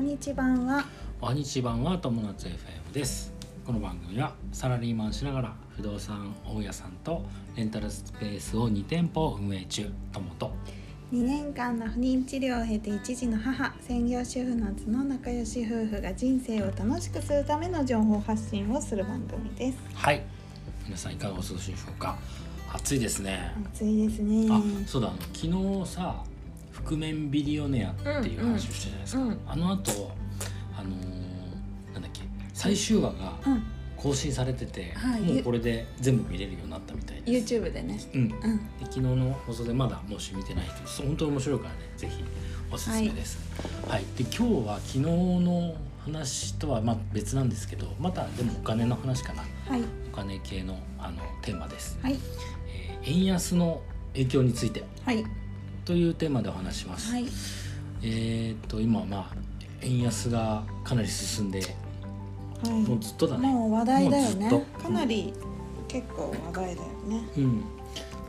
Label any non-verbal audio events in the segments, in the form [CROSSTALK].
日版はおはにち版は友達 FM ですこの番組はサラリーマンしながら不動産大家さんとレンタルスペースを2店舗運営中友と2年間の不妊治療を経て一児の母専業主婦の角仲良し夫婦が人生を楽しくするための情報発信をする番組ですはい皆さんいかがお過ごしでしょうか暑いですね、暑いですねあそうだあの昨日さ覆面ビリオネアっていう話をしたじゃないですか、うんうんあの後あのーなんだっけ最終話がうん更新されてて、はいもうこれで全部見れるようになったみたいです、 YouTube でねうん、でうん昨日の放送でまだもし見てない人そう本当に面白いからねぜひおすすめです、はいで今日は昨日の話とはまあ別なんですけどまたでもお金の話かなはいお金系のあのテーマです、はいえー円安の影響についてはいというテーマでお話しします、はいえーっと今まあ円安がかなり進んでもうずっとだねもう話題だよねもうずっとかなり結構話題だよねうん、ま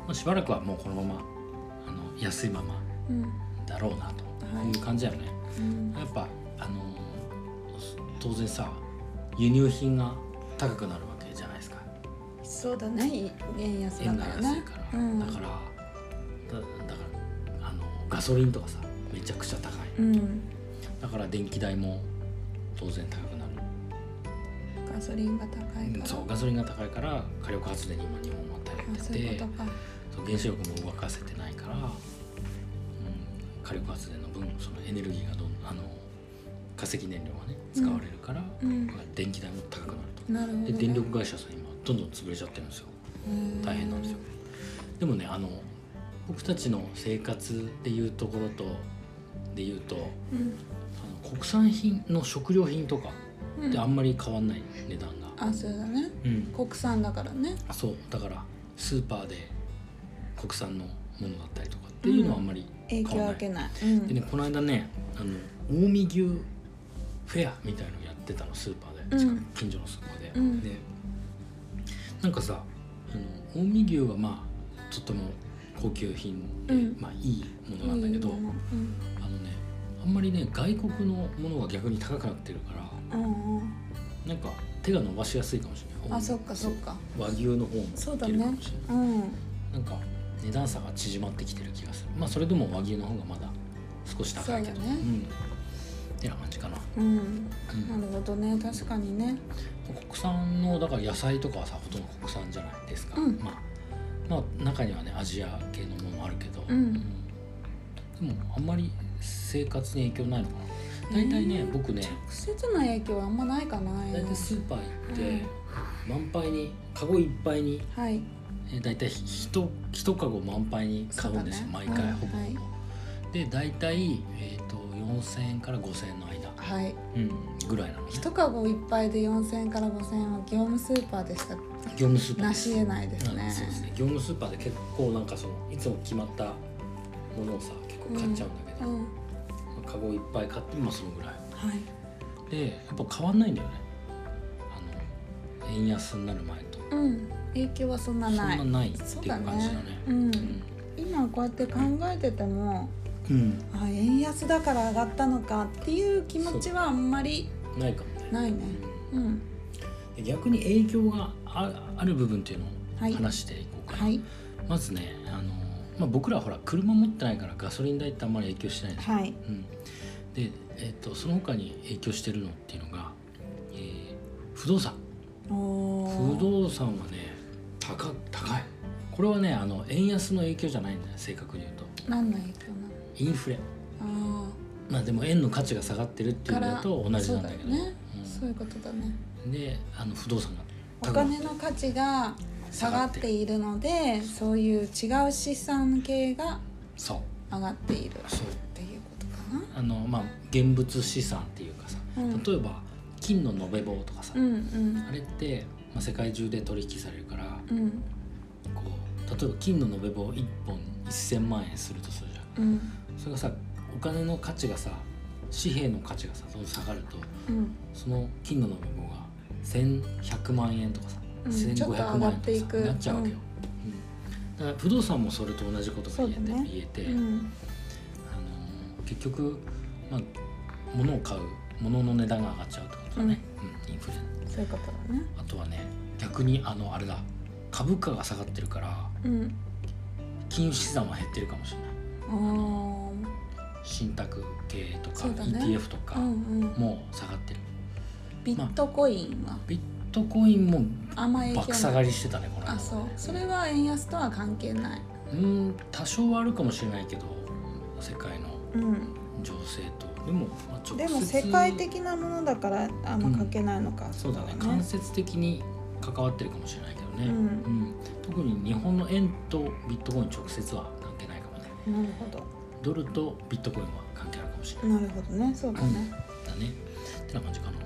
あ、しばらくはもうこのままあの安いままうんだろうなとはいいう感じだよね、うんやっぱあの当然さ輸入品が高くなるわけじゃないですかそうだね円安だ円かがら安いねから、うんだからだだからあのガソリンとかさめちゃくちゃ高いうんだから電気代も当然高くなるガソリンが高いからそうガソリンが高いから火力発電に今日本はあ頼っそてういうてことかそう原子力も動かせてないから、うん、火力発電の分そのエネルギーがどんあの化石燃料がね使われるから、うん電気代も高くなると、なるほど、ね、で電力会社さん今どんどん潰れちゃってるんですよ大変なんですよでもねあの僕たちの生活でいうところとでいうとうんあの国産品の食料品とかうんってあんまり変わんない値段が、あそうだねうん、国産だからねそうだからスーパーで国産のものだったりとかっていうのはあんまり影響を受けないうんでねこの間ねあの近江牛フェアみたいのやってたのスーパーで近くうん近所のスーパーで、うんでなんかさあの近江牛はまあとっても高級品で、うんまあいいものなんだけど、うんあのねあんまりね外国のものが逆に高くなってるからうんうんなんか手が伸ばしやすいかもしれないあそっかそっか和牛の方もそういだけるかねもしれない、うんなんか値段差が縮まってきてる気がするまあそれでも和牛の方がまだ少し高いけどそうだねうんってな感じかな、うんうんなるほどね確かにね国産のだから野菜とかはさほとんど国産じゃないですか、うんまあ、まあ中にはねアジア系のものもあるけど、うんでもあんまり生活に影響ないのかな大体ね、えー僕ね直接の影響はあんまないかな大体スーパー行って、満杯にカゴいっぱいにはいえー大体ひと一かご満杯に買うんですよ、そうだ毎ね回うんほぼほぼ、はいで大体、えー、と4000円から5000円の間、はいうん、ぐらいなのね一かごいっぱいで4000円から5000円は業務スーパーでした業務スーパーなでしす得ないですうんねそうですね業務スーパーで結構なんかそのいつも決まったものをさ結構買っちゃうんだけうど、んカゴいっぱい買ってまあそのぐらいはいでやっぱ変わんないんだよねあの円安になる前とうん影響はそんなそんなないないってそういうだ感ねじだねうん今こうやって考えててもうん、あ円安だから上がったのかっていう気持ちはあんまりうん、ないかもねないねうんうんで逆に影響があある部分っていうのはをい話していこうかな、はいまずねあの、まあ、僕らはほら車持ってないからガソリン代ってあんまり影響してないんですよ、はいうん、で、えっとその他に影響してるのっていうのが、えー不動産お不ー動産はね高高いこれはねあの円安の影響じゃないんだよ正確に言うと何の影響インフレなのまあでも円の価値が下がってるっていうのとあ同あじそなうんだだよけどねうんそういうことだねであの不動産がお金の価値が下がっているのでそういう違う資産系がそう上がっているっそうていうことかなあのまあ現物資産っていうかさ、うん例えば金の延べ棒とかさ、うんうんあれって、まあ、世界中で取引されるからうんこう例えば金の延べ棒1本1,000万円するとするじゃんうんそれがさお金の価値がさ紙幣の価値がさどんどん下がるとうんその金の延べ棒が1100万円とかさ、うんちょっと上1500が万円っとていかくさなっちゃうわけよ、うんだから不動産もそれと同じことが言えて,、そうだね言えてうんあのー結局、まあ、物を買う物の値段が上がっちゃうってことだね、うんインフレそういうことだねあとはね逆にあのあれだ株価が下がってるからうん金融資産は減ってるかもしれないあ信託系とか、そうだね ETF とかあうんうんもう下がってる、ビットコインはビットコインもあんま影響爆下ながいりしてたねこの間あそうそれは円安とは関係ないうん多少はあるかもしれないけど世界のうん情勢とでも、まあ、直接でも世界的なものだからあんま関係ないのか、そうだね間接的に関わってるかもしれないけどね、うんうん特に日本の円とビットコイン直接は関係ないかもねなるほどドルとビットコインは関係あるかもしれないなるほどねそうだねだねってな感じかな、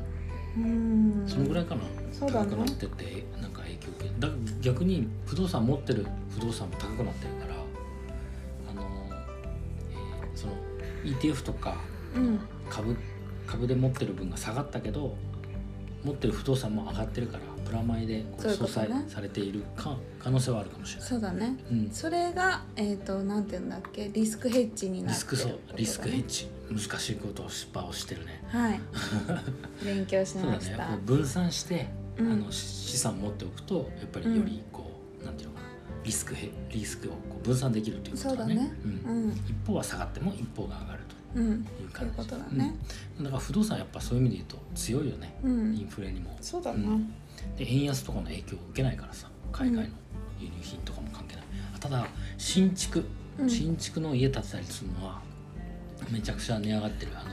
うんそのぐらいかなそうだね高くなっててなんか影響受けだ逆に不動産持ってる不動産も高くなってるからあの、えーその ETF とかうん株株で持ってる分が下がったけど持ってる不動産も上がってるからプラマイでこそうういうこ相とね殺されているか可能性はあるかもしれない。そうだねうん、それがえっ、となんていうんだっけリスクヘッジになってリスるクそうリスクヘジッジ難しいことを失敗をしてるね。はい [LAUGHS] 勉強しそうだましねたこう分散して、うんあのし資産持っておくとやっぱりよりこう、なんていうのかなリスクへリスクをこう分散できるということだねそうだねうんうん一方は下がっても一方が上がるうんというとい感うじことだねうんだから不動産やっぱそういう意味で言うと強いよね、うん、インフレにもそうだね、うんで円安とかの影響を受けないからさ海外の輸入品とかも関係ない、あただ新築、うん新築の家建てたりするのはめちゃくちゃ値上がってるあの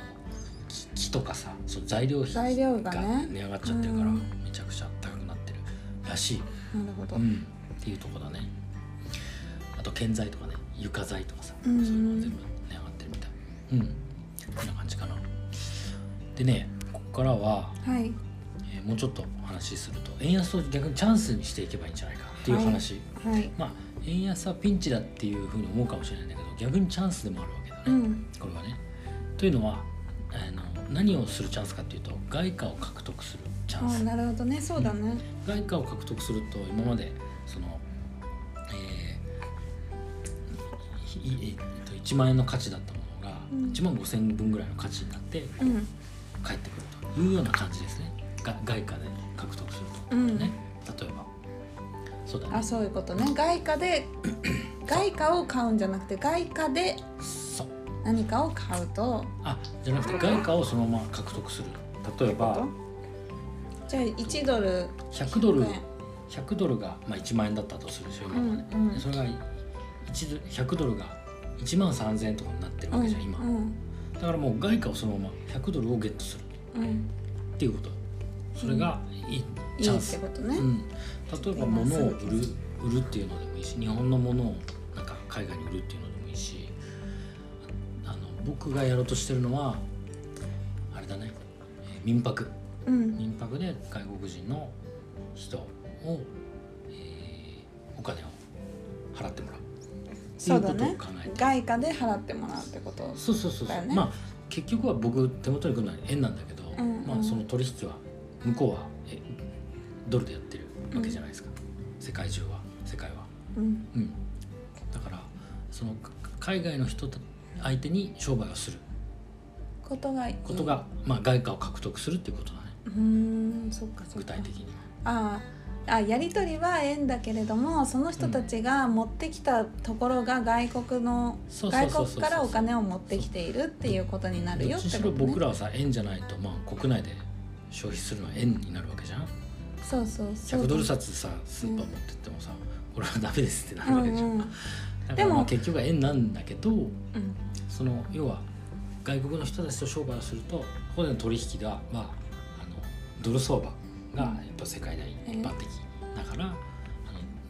木木とかさそう材料費材料がね値上がっちゃってるから、うんめちゃくちゃ高くなってるらしい、なるほど、うん、っていうとこだねあと建材とかね床材とかさ、うんそういうの全部値上がってるみたいうんこんな感じかなでねここからははいえーもうちょっとお話しすると円安を逆にチャンスにしていけばいいんじゃないかっていう話、はいまあ円安はピンチだっていうふうに思うかもしれないんだけど逆にチャンスでもあるわけだね、うんこれはね。というのはあの何をするチャンスかっていうと外貨を獲得するチあャンスなるほどねそうだね外貨を獲得すると今までその、えーいいえっと1万円の価値だったものがうん1万5,000分ぐらいの価値になってうん返ってくるというような感じですねが外貨で獲得すると、うんね例えばそうだあねそういうことね外貨 [CLEARS THROAT] で外貨を買うんじゃなくて外貨でそう何かを買うとあじゃなくて外貨をそのまま獲得する例えばじゃあ1ドル100ドル100円100ドルが、まあ、1万円だったとするでしょ今まで、うんうんでそれが1ドル100ドルが1万3000円とかになってるわけじゃん、今うんだからもう外貨をそのまま100ドルをゲットするうんっていうことそれがいいいチャいンってスことね、うん、例えば物を売る売るっていうのでもいいし日本のものをなんか海外に売るっていうのでもいいしあの僕がやろうとしてるのはあれだねえー民泊うん民泊で外国人の人を、えーお金を払ってもらうっていそううこだとをね考えて外貨で払ってもらうってことそうそうそうそだう、よねまあ結局は僕手元に来るのは円なんだけど、うんうんまあその取引は向こうはえドルでやってるわけじゃないですか、世界中は世界はうんうんだからそのか海外の人と相手に商売をすることがいいことが、まあ外貨を獲得するっていうことだねうーんそっかそっ具か体的にあああやり取りは円だけれどもその人たちが持ってきたところが外国のそうそう外そう国そうからお金を持ってきているっていうことになるどよっっちにてしころと僕ねらはさ円じゃないとまあ国内で消費するのは円になるわけじゃんそうそうそう100ドル札さスーパー持ってってもさ、これはダメですってなるわけじゃん、うんうんだかでらもまあ結局は円なんだけどうんその要は外国の人たちと商売をするとここでの取引が、まあ、あのドル相場がやっぱ世界で一般的だから、あ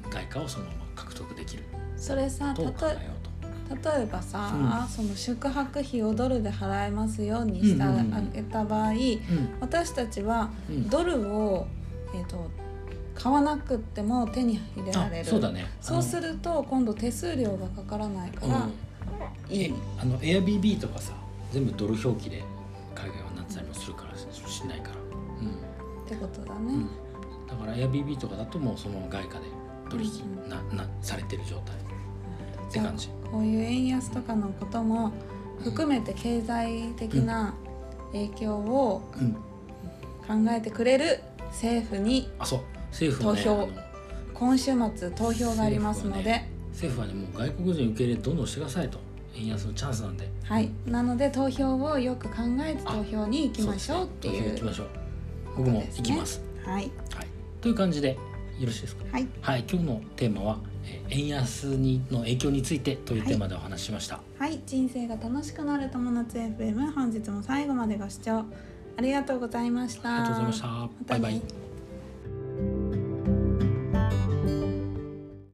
の外貨をそのまま獲得できるそれさと考たとえよう例えばさ、うんその宿泊費をドルで払えますようにした、うんうんうんあげた場合と。うん私たちはうんドルを、えー、と買わなくっても手に入れらあれるそうだねそうするると今度手数料がかからないからいい、えあの Airbnb とかさ全部ドル表記で海外はなってたりもするからししないから、ってことだうんね。うん、だから Airbnb とかだともうその外貨で取引ななされてる状態って感じこういう円安とかのことも含めて経済的な、影響をうん、考えてくれる政府にあそう政府はね投票あの今週末投票がありますので、政府はねもう外国人受け入れどんどんしてくださいと円安のチャンスなんではい、なので投票をよく考えて投票に行きましょうってそいうですねう。投票行きましょう僕も行きますはい、はい、という感じでよろしいですかねはい、はい今日のテーマは、えー円安にの影響についてというテーマでお話ししました、はい、人生が楽しくなる友達 FM 本日も最後までご視聴ありがとうございました。ありがとうございました、たバねイバイ